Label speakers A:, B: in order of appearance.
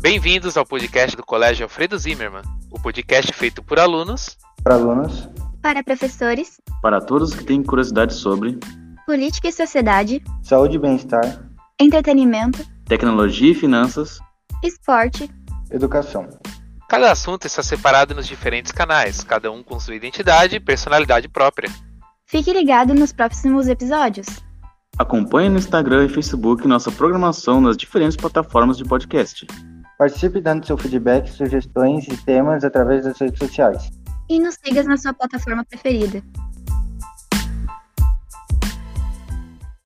A: Bem-vindos ao podcast do Colégio Alfredo Zimmermann, o podcast feito por alunos
B: Para alunos,
C: para professores,
D: Para todos que têm curiosidade sobre
C: política e sociedade,
B: saúde e bem-estar,
C: entretenimento,
D: tecnologia e finanças,
C: esporte,
B: educação.
A: Cada assunto está separado nos diferentes canais, cada um com sua identidade e personalidade própria.
C: Fique ligado nos próximos episódios.
D: acompanhe no Instagram e Facebook nossa programação nas diferentes plataformas de podcast.
B: Participe dando seu feedback, sugestões e temas através das redes sociais.
C: E nos siga na sua plataforma preferida.